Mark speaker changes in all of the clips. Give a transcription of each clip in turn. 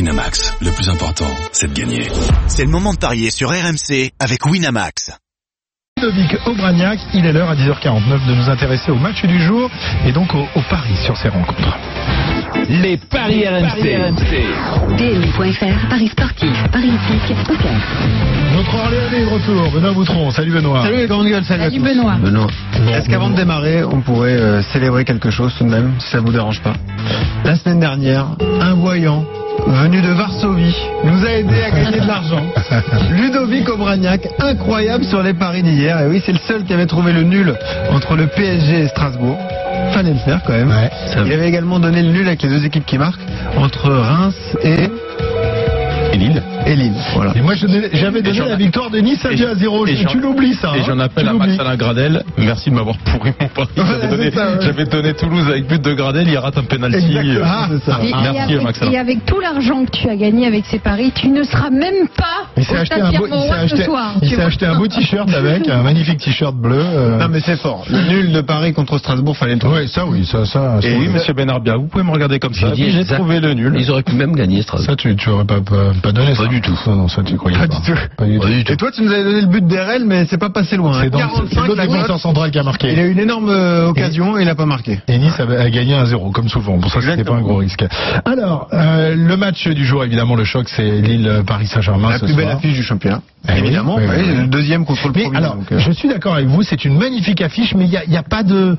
Speaker 1: Winamax, le plus important, c'est de gagner.
Speaker 2: C'est le moment de parier sur RMC avec Winamax.
Speaker 3: Ludovic Aubragnac, il est l'heure à 10h49 de nous intéresser au match du jour et donc au, au pari sur ces rencontres.
Speaker 4: Les paris
Speaker 5: PMU.fr, Paris sportif, Paris hippique, poker.
Speaker 3: Notre Orléanais est de retour, Benoît Boutron, salut Benoît.
Speaker 6: Salut les grandes gueules, salut. à
Speaker 7: Salut
Speaker 6: tous.
Speaker 7: Benoît.
Speaker 6: Benoît. Est-ce qu'avant de
Speaker 3: Benoît.
Speaker 6: démarrer, on pourrait euh, célébrer quelque chose tout de même, si ça vous dérange pas La semaine dernière, un voyant venu de Varsovie nous a aidé à gagner de l'argent. Ludovic Obraniak, incroyable sur les paris d'hier. Et oui, c'est le seul qui avait trouvé le nul entre le PSG et Strasbourg. Fallait le faire quand même.
Speaker 3: Ouais, ça
Speaker 6: Il avait également donné le nul avec les deux équipes qui marquent entre Reims et
Speaker 8: et Lille.
Speaker 6: et Lille. Voilà.
Speaker 3: Et moi je n'ai- j'avais donné
Speaker 8: j'en-
Speaker 3: la victoire de Nice à
Speaker 8: et
Speaker 3: 2 à 0,
Speaker 8: et
Speaker 3: Je-
Speaker 8: j'en-
Speaker 3: tu l'oublies ça.
Speaker 8: Et
Speaker 3: hein,
Speaker 8: j'en appelle
Speaker 3: tu
Speaker 8: à
Speaker 3: l'oublies.
Speaker 8: Marcelin Gradel. Merci de m'avoir pourri mon pari. J'avais donné,
Speaker 6: c'est ça, ouais.
Speaker 8: j'avais donné Toulouse avec but de Gradel, il rate un penalty.
Speaker 6: Exactement,
Speaker 8: Ah,
Speaker 6: c'est ça.
Speaker 7: Et, et
Speaker 8: merci
Speaker 7: avec,
Speaker 8: Maxence.
Speaker 7: et avec tout l'argent que tu as gagné avec ces paris, tu ne seras même pas
Speaker 3: Il
Speaker 7: au
Speaker 3: s'est
Speaker 7: stade
Speaker 3: acheté, un beau, il
Speaker 7: Pierre-Mauroy
Speaker 3: s'est acheté-
Speaker 7: ce soir.
Speaker 3: il
Speaker 7: hein, tu
Speaker 3: s'est
Speaker 7: vois.
Speaker 3: acheté un beau t-shirt avec, un magnifique t-shirt bleu. euh,
Speaker 6: Non mais c'est fort. Le nul de Paris contre Strasbourg, fallait le trouver.
Speaker 3: Ouais, ça oui, ça, ça. ça-
Speaker 8: Et oui, monsieur Benarbia, vous pouvez me regarder comme ça.
Speaker 9: dis
Speaker 8: J'ai
Speaker 9: exact-
Speaker 8: trouvé le nul.
Speaker 9: Ils auraient pu même gagner Strasbourg.
Speaker 3: Ça, tu, tu aurais pas, pas, pas donné ça.
Speaker 9: du tout.
Speaker 3: Non, non, ça, tu croyais pas.
Speaker 6: Pas du tout.
Speaker 3: Pas du tout.
Speaker 6: Et toi, tu nous avais donné le but d'RL, mais c'est pas passé loin.
Speaker 3: C'est
Speaker 6: hein.
Speaker 3: donc- c'est
Speaker 6: 45,
Speaker 3: le
Speaker 6: la
Speaker 3: défenseur
Speaker 6: cote.
Speaker 3: central qui a marqué.
Speaker 6: Il a eu une énorme euh, occasion et il a pas marqué.
Speaker 3: Et Nice avait- a gagné 1-0, comme souvent. Pour ça, c'était pas
Speaker 6: Exactement.
Speaker 3: un gros risque. Alors, euh, le match du jour, évidemment, le choc, c'est Lille-Paris-Saint-Germain.
Speaker 6: La
Speaker 3: Ah, ce
Speaker 6: plus belle
Speaker 3: soir.
Speaker 6: affiche du championnat.
Speaker 3: Eh oui,
Speaker 6: Évidemment,
Speaker 3: oui,
Speaker 6: ouais,
Speaker 3: oui.
Speaker 6: le deuxième contre le
Speaker 3: Mais
Speaker 6: premier.
Speaker 3: alors,
Speaker 6: donc, euh,
Speaker 3: je suis d'accord avec vous, c'est une magnifique affiche, mais il n'y a, il y a pas de.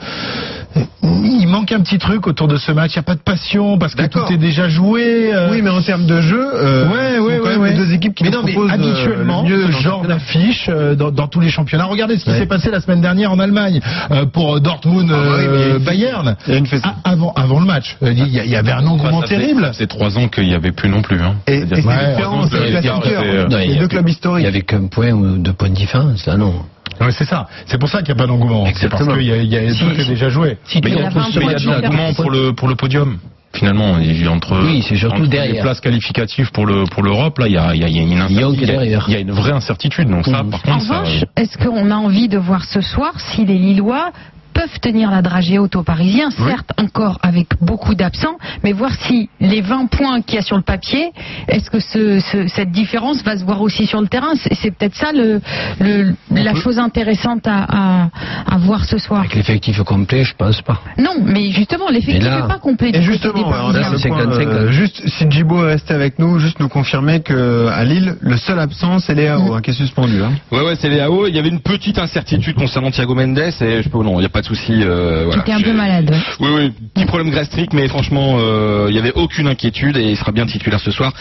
Speaker 3: Il manque un petit truc autour de ce match, il n'y a pas de passion, parce que tout
Speaker 6: D'accord.
Speaker 3: est déjà joué. euh,
Speaker 6: Oui, mais en termes de jeu, euh,
Speaker 3: Ouais,
Speaker 6: ce
Speaker 3: ouais,
Speaker 6: sont quand
Speaker 3: ouais,
Speaker 6: même
Speaker 3: ouais.
Speaker 6: les deux équipes qui
Speaker 3: mais
Speaker 6: nous
Speaker 3: non, mais
Speaker 6: proposent, euh,
Speaker 3: habituellement,
Speaker 6: le mieux
Speaker 3: ce
Speaker 6: dans le
Speaker 3: genre
Speaker 6: championnat.
Speaker 3: d'affiche euh, dans, dans tous les championnats. Regardez ce qui
Speaker 6: Ouais.
Speaker 3: s'est passé la semaine dernière en Allemagne euh, pour Dortmund
Speaker 6: Ah, ouais, mais il y a
Speaker 3: euh,
Speaker 6: une
Speaker 3: Bayern.
Speaker 6: Il y a une fessée.
Speaker 3: Ah, avant, avant le match, euh, il y, a- il y avait un engouement
Speaker 8: Ça fait-
Speaker 3: terrible.
Speaker 8: C'est trois ans qu'il n'y avait plus non plus. Hein.
Speaker 6: Et, et
Speaker 8: C'est-à-dire
Speaker 6: c'est
Speaker 8: que-
Speaker 3: Ouais,
Speaker 6: différent,
Speaker 8: par contre,
Speaker 6: c'est hein.
Speaker 8: les
Speaker 6: les
Speaker 8: écarts
Speaker 6: classiqueurs.
Speaker 8: étaient, euh,
Speaker 9: Non, il y
Speaker 6: Les
Speaker 9: a-
Speaker 6: deux clubs
Speaker 9: Il
Speaker 6: historiques.
Speaker 9: n'y avait qu'un point ou deux points de différence, là, non.
Speaker 3: Ouais, c'est ça. C'est pour ça qu'il n'y a pas d'engouement. C'est parce
Speaker 9: Exactement.
Speaker 3: que il y a, il y a-
Speaker 9: Si-
Speaker 3: tout est déjà joué.
Speaker 9: Si
Speaker 8: Mais
Speaker 9: tu
Speaker 8: il y a,
Speaker 7: avait un
Speaker 9: retrouves ce
Speaker 8: mais il y a
Speaker 7: match
Speaker 8: de
Speaker 9: match-là,
Speaker 8: l'engouement
Speaker 7: là.
Speaker 8: pour le, pour le podium. Finalement, il y a entre,
Speaker 9: Oui, c'est surtout
Speaker 8: entre les
Speaker 9: derrière.
Speaker 8: places qualificatives pour le pour l'Europe, là, il y a, il y a- il y a une
Speaker 9: Il y a
Speaker 8: incertitude.
Speaker 9: qui est derrière.
Speaker 8: Il y a une vraie incertitude. Donc ça,
Speaker 9: Mhm.
Speaker 8: par
Speaker 7: En
Speaker 8: contre, ça,
Speaker 7: revanche, est-ce qu'on a envie de voir ce soir si les Lillois peuvent tenir la dragée haute aux Parisiens, certes encore avec beaucoup d'absents, mais voir si les 20 points qu'il y a sur le papier, est-ce que ce- ce- cette différence va se voir aussi sur le terrain C'est c'est peut-être ça le, le- la chose intéressante à, à- à voir ce soir.
Speaker 9: Avec l'effectif complet, je pense pas.
Speaker 7: Non, mais justement, l'effectif
Speaker 9: Mais là-
Speaker 7: n'est pas complet.
Speaker 6: Et
Speaker 7: du côté
Speaker 6: justement,
Speaker 7: des
Speaker 6: ouais, on a
Speaker 7: Parisiens.
Speaker 9: Là,
Speaker 6: le
Speaker 9: c'est
Speaker 6: point,
Speaker 9: 55,
Speaker 6: euh,
Speaker 9: là.
Speaker 6: juste si Djibo est resté avec nous, juste nous confirmer que euh, à Lille, le seul absent c'est Léao hein, qui est suspendu. hein.
Speaker 8: euh,
Speaker 10: Ouais, ouais, c'est les AO. Il y avait une petite incertitude concernant Thiago Mendes et je peux, non, il n'y a pas de souci. euh,
Speaker 7: Tu
Speaker 10: voilà.
Speaker 7: étais un peu
Speaker 10: J'ai-
Speaker 7: malade.
Speaker 10: Oui, oui, petit problème gastrique, mais franchement, euh, il n'y avait aucune inquiétude et il sera bien titulaire ce soir.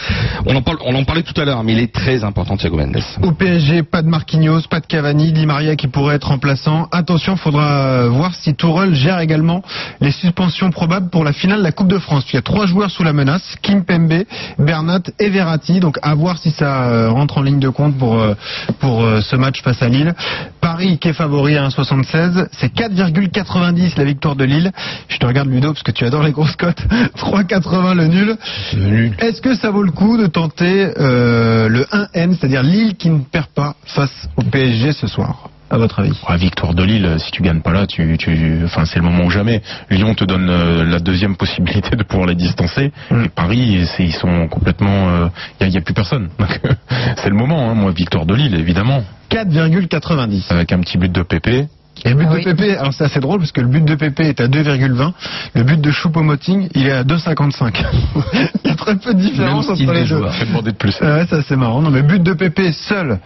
Speaker 10: On en, parle, on en parlait tout à l'heure, mais il est très important, Thiago Mendes.
Speaker 6: Au PSG, pas de Marquinhos, pas de Cavani, Di Maria qui pourrait être remplaçant. Attention, faudra euh, voir si Tourelle gère également les suspensions probables pour la finale de la Coupe de France. Il y a trois joueurs sous la menace, Kim Pembe, Bernat et Verratti. Donc à voir si ça euh, rentre en ligne de compte pour, euh, pour euh, ce match face à Lille. Paris qui est favori à 1,76, c'est 4,90 la victoire de Lille. Je te regarde Ludo parce que tu adores les grosses cotes. 3,80 le nul. Est-ce que ça vaut le coup de tenter euh, le 1N, c'est-à-dire Lille qui ne perd pas face au PSG ce soir, à votre avis
Speaker 8: La victoire de Lille, si tu gagnes pas là, tu, tu, enfin, c'est le moment ou jamais. Lyon te donne euh, la deuxième possibilité de pouvoir les distancer.
Speaker 6: Mm.
Speaker 8: Et Paris, c'est- ils sont complètement, il n'y a, plus personne. Donc, c'est le moment, hein, moi, victoire de Lille, évidemment,
Speaker 6: 4,90.
Speaker 8: avec un petit but de PP.
Speaker 6: Et le but
Speaker 7: Ah
Speaker 6: de
Speaker 7: oui.
Speaker 6: Pépé, alors c'est assez drôle parce que le but de Pépé est à 2,20, le but de Choupo-Moting, il est à 2,55. il y a très peu de différence
Speaker 9: Même
Speaker 6: entre
Speaker 9: style
Speaker 6: les
Speaker 9: de
Speaker 6: deux. Euh,
Speaker 9: joueur.
Speaker 8: Faites demander de plus.
Speaker 6: Ouais, ça c'est marrant. Non mais but de Pépé seul,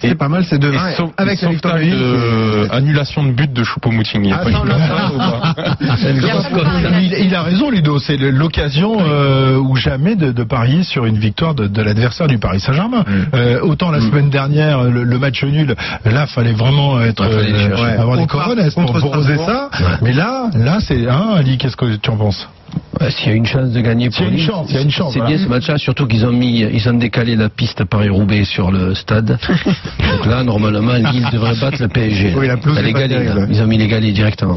Speaker 6: c'est
Speaker 8: Et-
Speaker 6: pas mal, c'est 2,20.
Speaker 8: Et sau-
Speaker 6: avec
Speaker 8: et
Speaker 6: la victoire de
Speaker 8: sauvetage
Speaker 6: Lille,
Speaker 8: de-
Speaker 6: c'est-
Speaker 8: annulation de but de Choupo-Moting. Il y a
Speaker 6: Ah,
Speaker 8: pas
Speaker 6: ça,
Speaker 8: eu-
Speaker 6: on l'a pas.
Speaker 7: Il y a pas de Paris.
Speaker 3: Il, il a raison, Ludo. C'est le- l'occasion euh, ou jamais de, de parier sur une victoire de, de l'adversaire du Paris Saint-Germain. Euh, autant
Speaker 9: Mm.
Speaker 3: la semaine dernière, le, le match nul, là, fallait vraiment être
Speaker 9: Ouais, fallait les
Speaker 3: euh,
Speaker 9: chercher.
Speaker 3: ouais, avoir
Speaker 6: Au
Speaker 3: des
Speaker 6: parc
Speaker 3: coronesses pour,
Speaker 6: contre
Speaker 3: pour oser ça.
Speaker 6: Strasbourg.
Speaker 3: Mais là, là, c'est hein, Ali. Qu'est-ce que tu en penses
Speaker 9: Ouais, S'il y a une chance de
Speaker 3: S'il
Speaker 9: gagner
Speaker 3: y
Speaker 9: pour
Speaker 3: a une
Speaker 9: Lille,
Speaker 3: chance, il y a une chance,
Speaker 9: C'est
Speaker 3: voilà.
Speaker 9: bien ce match-là, surtout qu'ils ont mis, ils ont décalé la piste Paris-Roubaix sur le stade. Donc là, normalement, Lille devrait battre le PSG.
Speaker 6: Oui, la pelouse
Speaker 9: T'as
Speaker 6: est
Speaker 9: les
Speaker 6: pas
Speaker 9: galets,
Speaker 6: terrible.
Speaker 9: là.
Speaker 3: hein.
Speaker 9: Ils ont mis les galets directement.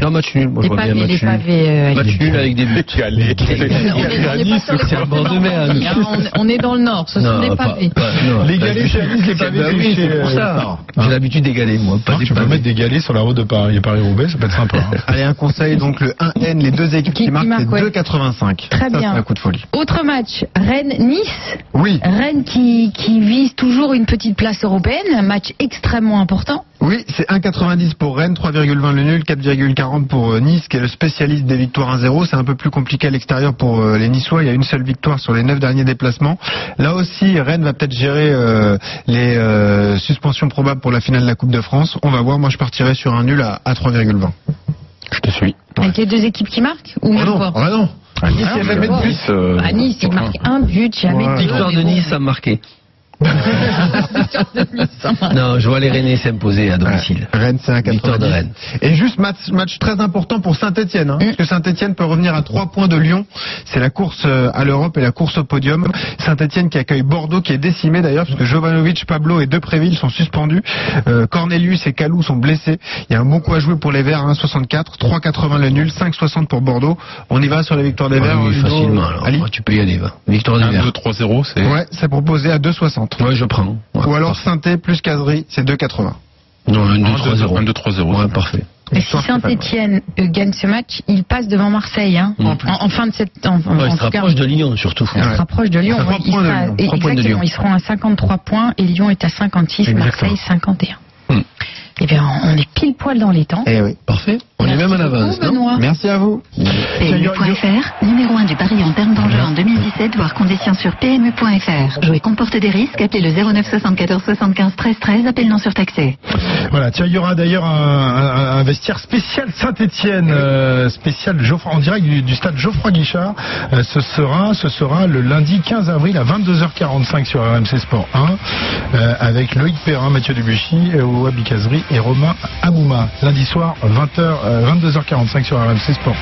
Speaker 9: Non, match nul. Moi,
Speaker 7: Les
Speaker 9: je vois
Speaker 7: pavés,
Speaker 9: bien
Speaker 7: les
Speaker 9: match nul.
Speaker 7: pavés, euh,
Speaker 9: Match nul avec des buts.
Speaker 7: On est- on est pas sur les
Speaker 9: c'est un
Speaker 7: pavés
Speaker 9: bord de
Speaker 7: normaux,
Speaker 9: mer.
Speaker 7: hein, on- On est dans le nord, ce sont des
Speaker 9: Non, pas,
Speaker 7: pavés.
Speaker 9: pas- non.
Speaker 3: Les euh, galets chez Alice, les pavés
Speaker 9: Bah oui,
Speaker 3: chez-
Speaker 9: c'est pour
Speaker 3: Non.
Speaker 9: ça. J'ai l'habitude des galets, moi, pas
Speaker 3: Marc,
Speaker 9: des
Speaker 3: Tu peux
Speaker 9: pavés.
Speaker 3: mettre des galets sur la route de Paris, Paris Roubaix, ça peut être sympa. hein.
Speaker 6: Allez, un conseil, donc le 1N, les deux équipes qui,
Speaker 7: Qui- qui
Speaker 6: marquent,
Speaker 7: marque, ouais.
Speaker 6: c'est 2,85. Ça,
Speaker 7: Très bien.
Speaker 6: C'est un coup de folie.
Speaker 7: Autre match, Rennes-Nice.
Speaker 6: Oui.
Speaker 7: Rennes qui, qui vise toujours une petite place européenne, un match extrêmement important.
Speaker 6: Oui, c'est 1,90 pour Rennes, 3,20 le nul, 4,40 pour euh, Nice, qui est le spécialiste des victoires 1-0. C'est un peu plus compliqué à l'extérieur pour euh, les Niçois. Il y a une seule victoire sur les neuf derniers déplacements. Là aussi, Rennes va peut-être gérer euh, les euh, suspensions probables pour la finale de la Coupe de France. On va voir. Moi, je partirai sur un nul à, à 3,20.
Speaker 8: Je te suis.
Speaker 7: Avec les deux équipes qui marquent ou
Speaker 6: Ah
Speaker 7: même
Speaker 6: non,
Speaker 7: pas
Speaker 6: ah non.
Speaker 8: À
Speaker 6: Ah,
Speaker 8: Nice, il y a
Speaker 6: jamais de
Speaker 8: un-
Speaker 6: but.
Speaker 8: Nice, euh,
Speaker 7: À Ah, Nice, ils
Speaker 8: ouais.
Speaker 7: marquent un but, jamais de but.
Speaker 9: Victoire de Nice à marquer. Non, je vois les Rennais s'imposer à domicile.
Speaker 6: Euh, Rennes, c'est un
Speaker 9: Victoire de Rennes. Mm.
Speaker 6: Et juste match, match très important pour Saint-Etienne, parce que Saint-Etienne peut revenir à trois points de Lyon. C'est la course euh, à l'Europe et la course au podium. Saint-Etienne qui accueille Bordeaux, qui est décimé d'ailleurs, parce que Jovanovic, Pablo et Depréville sont suspendus. Euh, Cornelius et Calou sont blessés. Il y a un bon coup à jouer pour les Verts, hein, 1,64, 3,80 le nul, 5,60 pour Bordeaux. On y va sur la victoire des
Speaker 9: Ah
Speaker 6: Verts.
Speaker 9: oui,
Speaker 6: Ludo,
Speaker 9: facilement. alors.
Speaker 6: Ali
Speaker 9: Ouais, tu peux y aller, va. Victoire des
Speaker 8: 1, 2,
Speaker 9: Verts.
Speaker 8: 3, 0, c'est.
Speaker 6: Ouais, c'est proposé à 2,60.
Speaker 9: Ouais, je prends. Ouais,
Speaker 6: Ou alors
Speaker 9: parfait.
Speaker 6: Saint-Etienne plus Casery, c'est 2,80.
Speaker 9: Non, 1, 2, 3, 0.
Speaker 8: 1, 2, 3, 0.
Speaker 9: Ouais, parfait.
Speaker 7: Et si
Speaker 6: Victoire, c'est pas mal.
Speaker 7: Saint-Etienne euh, gagne ce match, il passe devant Marseille. Hein, en, en fin de cette. En, en-
Speaker 9: Ouais,
Speaker 7: en
Speaker 9: il se
Speaker 7: tout cas,
Speaker 9: rapproche de Lyon, surtout. Eh
Speaker 7: on se
Speaker 6: Ouais.
Speaker 7: rapproche de Lyon.
Speaker 6: Trois
Speaker 7: Ils,
Speaker 6: points de
Speaker 7: sera-
Speaker 6: Lyon.
Speaker 7: et-
Speaker 9: Trois points de
Speaker 7: exactement,
Speaker 9: Lyon.
Speaker 7: ils seront à 53 points et Lyon est à 56, Marseille 51. Eh bien, on est pile poil dans les temps.
Speaker 6: Eh oui.
Speaker 9: Parfait. On est
Speaker 7: Merci
Speaker 9: même en
Speaker 7: beaucoup,
Speaker 9: avance, non
Speaker 7: Benoît.
Speaker 6: Merci à vous.
Speaker 5: PMU.fr, numéro 1 du pari en termes d'enjeu en 2017, voire conditions sur PMU.fr. Jouer comporte des risques, appelez le 09 74 75 13 13, appel non surtaxé.
Speaker 3: Voilà, tiens, il y aura d'ailleurs un, un- un vestiaire spécial Saint-Étienne, euh, spécial Geoffroy en direct du, du stade Geoffroy Guichard. Euh, ce sera, ce sera le lundi 15 avril à 22h45 sur RMC Sport 1 euh, avec Loïc Perrin, Mathieu Debuchy, euh, Wabi Kazri et Romain Amouma. Lundi soir 20h, euh, 22h45 sur RMC Sport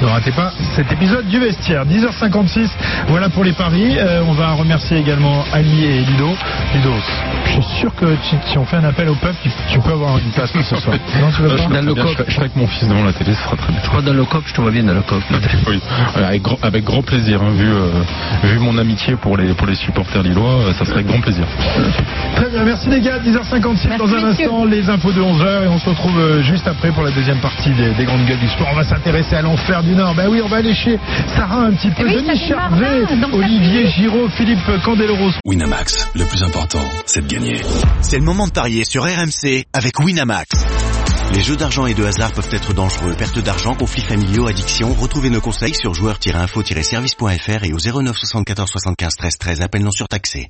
Speaker 3: 1. Ne ratez pas cet épisode du vestiaire. 10h56. Voilà pour les paris. Euh, on va remercier également Ali et Lido. Lido, je suis sûr que si, si on fait un appel au peuple, tu, tu peux avoir une place ce soir. Non, tu veux
Speaker 8: Je
Speaker 3: pas
Speaker 9: Dans le
Speaker 8: bien,
Speaker 9: coq.
Speaker 8: je- je serai avec mon fils devant la télé, ce sera très bien.
Speaker 9: Je crois dans le COP, je te vois bien dans le COP.
Speaker 8: Oui, euh, avec, grand, avec grand plaisir, hein, vu, euh, vu mon amitié pour les, pour les supporters lillois, euh, ça serait avec grand plaisir.
Speaker 3: Très bien, Euh, merci les gars. 10h56 dans un instant, les infos de 11h et on se retrouve euh, juste après pour la deuxième partie des, des grandes gueules du sport. On va s'intéresser à l'enfer du Nord. Ben oui, on va aller chez Sarah un petit peu.
Speaker 7: Eh oui, ça
Speaker 3: Denis
Speaker 7: démarre
Speaker 3: Charvet,
Speaker 7: là, dans cinq
Speaker 3: Olivier
Speaker 7: minutes.
Speaker 3: Giraud, Philippe Candeloro
Speaker 1: Winamax, le plus important, c'est de gagner.
Speaker 2: C'est le moment de parier sur RMC avec Winamax. Les jeux d'argent et de hasard peuvent être dangereux. Perte d'argent, conflits familiaux, addiction. Retrouvez nos conseils sur joueurs-info-service.fr et au 09 74 75 13 13. Appel non surtaxé.